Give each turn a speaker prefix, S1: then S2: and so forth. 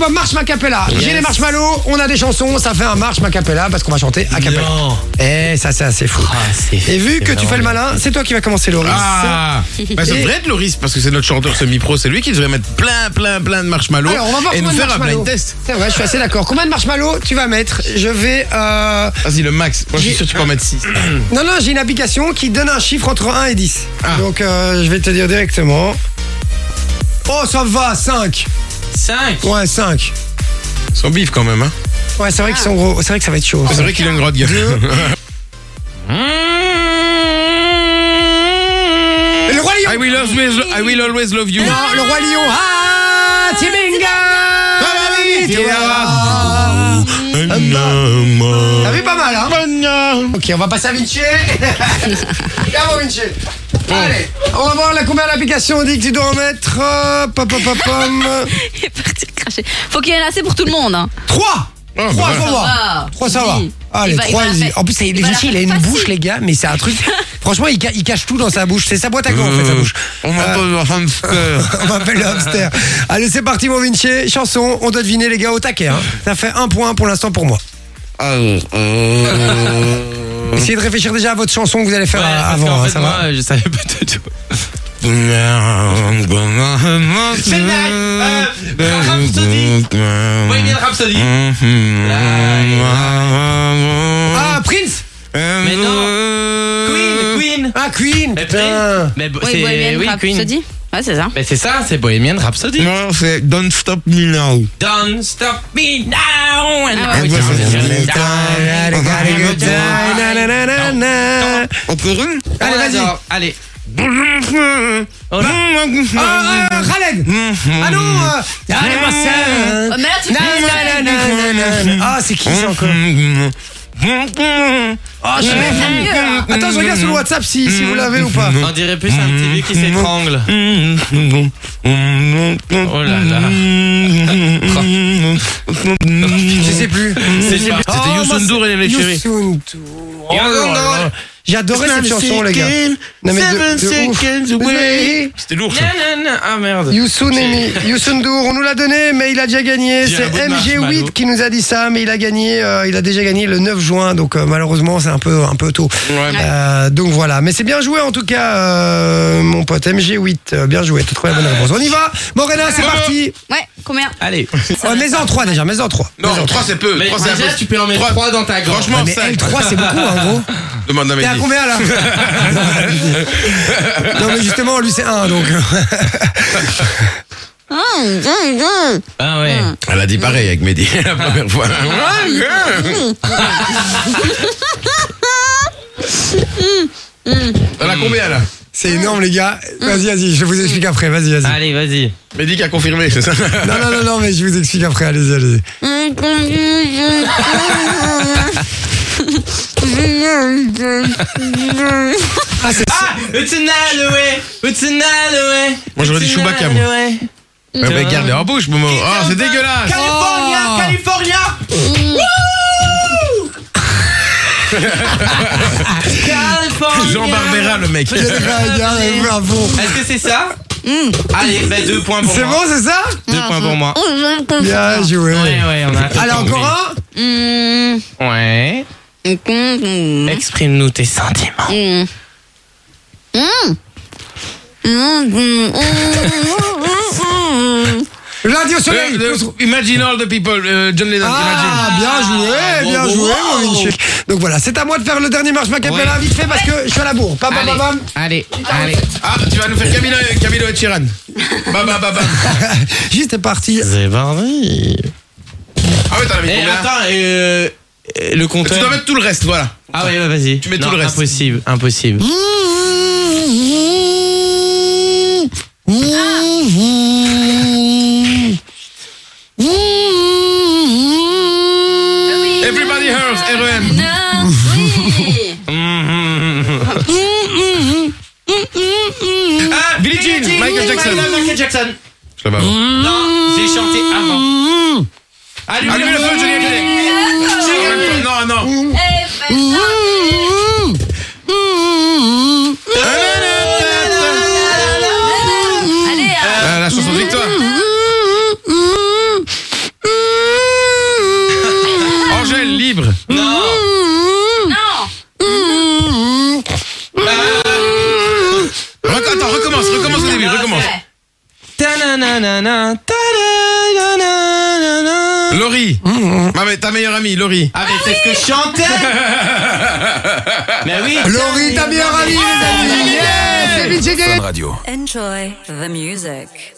S1: hop, marche macapella. J'ai
S2: Yes.
S1: les marshmallows, on a des chansons, ça fait un marche macapella parce qu'on va chanter a cappella.
S2: Non.
S1: Eh, ça c'est assez fou.
S2: Ah, c'est-
S1: Et vu
S2: c'est
S1: que tu
S2: vraiment
S1: fais le
S2: bien.
S1: malin, c'est toi qui vas commencer Loris.
S2: Ah bah, Ça devrait être Loris parce que c'est notre chanteur semi-pro, c'est lui qui devrait mettre plein plein plein de marshmallows
S1: Alors, on va voir
S2: et nous
S1: combien de
S2: faire un
S1: marshmallows.
S2: blind test.
S1: C'est vrai, je suis assez d'accord. Combien de marshmallows tu vas mettre Je vais. euh,
S2: Vas-y le max, moi je suis sûr que tu peux en mettre 6.
S1: Non, non, j'ai une application qui donne un chiffre entre 1 et 10.
S2: Ah.
S1: Donc euh, je vais te dire directement. Oh, ça va, 5.
S3: 5
S1: Ouais, 5.
S2: Ils sont bifs quand même hein.
S1: Ouais, c'est vrai qu'ils sont gros. C'est vrai que ça va être chaud.
S2: Ah, C'est vrai qu'il a une grosse gueule.
S1: Et Le roi lion
S2: I will always, I will always love you.
S1: Non, le roi lion. Ah, bah Timinga T'as vu pas mal, hein Ok, on va passer à Vinci. Bravo, Vinci. Allez, on va voir là combien l'application dit que tu dois en mettre. Euh, pop, pop, pop, pom.
S4: Il est parti le cracher. Faut qu'il y en ait assez pour tout le monde. hein.
S3: Bah,
S1: 3
S2: Ah,
S1: 3
S2: bah
S1: ça
S2: voilà.
S1: va
S4: va.
S1: 3 ça va
S4: Oui.
S1: Allez,
S4: Il va- il
S1: 3
S4: va la
S1: easy.
S4: faire-
S1: En plus, les
S4: il va la
S1: Vinci, il a
S4: faire
S1: une
S4: facile.
S1: bouche, les gars, mais c'est un truc. Franchement, il, ca- il cache tout dans sa bouche. C'est sa boîte à gants, en fait, sa bouche.
S2: On m'appelle hamster.
S1: On m'appelle le hamster. Allez, c'est parti, mon Vinci. Chanson, on doit deviner, les gars, au taquet. hein. Ça fait un point pour l'instant pour moi.
S2: Oh,
S1: Mmh. Essayez de réfléchir déjà à votre chanson que vous allez faire
S3: Ouais,
S1: euh,
S3: parce
S1: avant,
S3: qu'en
S1: hein,
S3: fait,
S1: ça
S3: moi,
S1: va Hmm.
S3: je savais pas du tout.
S1: Euh,
S3: Bohemian Rhapsody.
S1: Hmm.
S2: Mm-hmm.
S1: Ah, Prince
S2: Mais
S3: Queen, Queen.
S1: Ah, Queen
S3: Mais
S1: Putain.
S3: Mais bo-
S4: Oui,
S3: c'est-
S4: Bohemian
S3: oui, Queen.
S4: Rhapsody. Ouais, c'est ça.
S3: Mais c'est ça, c'est Bohemian
S1: Hmm.
S3: Rhapsody.
S2: Non, c'est Don't Stop Me Now.
S3: Don't stop me now. and
S4: Ah ouais.
S3: I will
S2: Ouais,
S3: die.
S1: Allez, got a good time, na, na, na, na, na.
S2: Encore une
S1: Allez, vas-y.
S3: Attends, Allez.
S1: Ah, euh, Khaled
S2: Mm.
S1: Ah non euh, allez, ma sœur.
S4: Oh, mais là, tu
S1: Na, na, na, na, na, na. Ah, c'est qui ça encore Ah, je sais pas.
S4: hein.
S1: Attends, je regarde sur le WhatsApp si, si vous l'avez ou pas.
S3: On dirait plus un
S1: Hmm.
S3: petit vieux qui s'étrangle. Oh là là.
S1: Je sais plus.
S3: C'est pas-
S1: Oh,
S2: C'était
S1: moi,
S2: Youssou N'Dour et les
S1: c'est
S2: chéris.
S1: Youssou N'Dour. Oh là là. J'adorais cette chanson, les gars. Non, mais de- de ouf.
S2: C'était lourd ça.
S3: Nan, nan, Ah merde.
S1: Youssou Nemi, Youssou N'Dour, on nous l'a donné, mais il a déjà gagné.
S3: J'ai un
S1: C'est
S3: bout de
S1: MG8
S3: marshmallow.
S1: qui nous a dit ça, mais il a gagné, euh, il a déjà gagné le 9 juin, donc euh, malheureusement c'est un peu, un peu tôt.
S2: Ouais, bah,
S1: Euh, donc voilà, mais c'est bien joué en tout cas, euh, mon pote MG8, euh, bien joué, t'as trouvé la bonne réponse. On y va, Morena, c'est
S2: Ouais.
S1: parti.
S4: Ouais, combien
S3: Allez.
S1: Euh, mets-en 3 déjà, mets-en 3.
S2: Non, 3 c'est peu.
S3: Mais
S2: 3 c'est
S3: déjà, tu
S2: impossible.
S3: peux en mettre
S2: Trois.
S3: 3 dans ta gorge.
S2: Franchement,
S1: Mais
S2: 5.
S1: L3 c'est beaucoup en gros.
S2: Demande à
S1: T'es à
S2: Mehdi.
S1: combien là Non mais justement lui c'est 1 donc.
S3: Ah ouais.
S4: Hmm.
S2: Elle a dit pareil avec Mehdi la première fois. T'en as combien là
S1: C'est énorme les gars. Vas-y, vas-y, je vous explique après, vas-y, vas-y.
S3: Allez, vas-y.
S2: Mehdi qui a confirmé, c'est ça
S1: Non, non, non, non, mais je vous explique après, allez-y, allez-y. Ah, c'est
S3: Ah, it's an alleyway, it's an alleyway.
S2: Moi, j'aurais dit
S3: It's an
S2: Chewbacca, moi.
S3: alleyway.
S2: Mais bah, garde en bouche, Momo. Oh, c'est dégueulasse
S3: California,
S1: Oh.
S3: California. Wouh. California.
S2: Jean Barbera, le mec.
S1: Quel regard, mais bravo.
S3: Est-ce que c'est ça
S2: Hmm.
S3: Allez, bah deux points pour
S1: C'est
S3: moi.
S1: bon, c'est ça
S3: Deux points pour moi.
S1: Bien joué.
S3: Ouais, ouais, on a.
S1: Allez, encore un
S3: un. Ouais. Exprime-nous tes sentiments.
S2: Euh,
S1: Lundi au soleil.
S2: Euh, euh, Imagine all the people, euh, John Lennon,
S1: Ah,
S2: imagine.
S1: bien joué, bien
S3: bravo.
S1: joué, mon Vinci. Donc voilà, c'est à moi de faire le dernier marche macapella vite fait parce que je suis à la bourre. Pam, pam, pam, pam.
S3: Allez, allez.
S2: Ah, tu vas nous faire Camilo, Camilo et Chiran. Bam, bam, bam, bam.
S1: Juste c'est parti.
S3: C'est parti.
S2: Ah ouais, t'en as mis
S3: Eh,
S2: combien
S3: attends, euh, euh, le
S2: Tu
S3: compteur.
S2: dois mettre tout le reste, voilà.
S3: Ah ouais, bah, vas-y.
S2: Tu mets tout
S3: Non,
S2: le reste.
S3: Impossible, impossible.
S2: Everybody hurts, REM.
S4: Oui.
S2: Ah, Billie Jean, Michael Jackson.
S3: Michael Jackson.
S2: Je l'avais avant.
S3: Non, j'ai chanté avant. Allume
S2: Allume le feu, Johnny Hallyday. Non, non.
S4: Allez,
S2: Euh, La chanson de victoire. Bah, bah,
S3: Tanana, tanana.
S2: Laurie. Ah, mais ta meilleure amie, Laurie.
S3: Ah, mais c'est ce que je chantais Mais oui
S1: Laurie, ta meilleure amie, les amis. Yes, c'est Vinci Guerrier.
S5: Enjoy the music.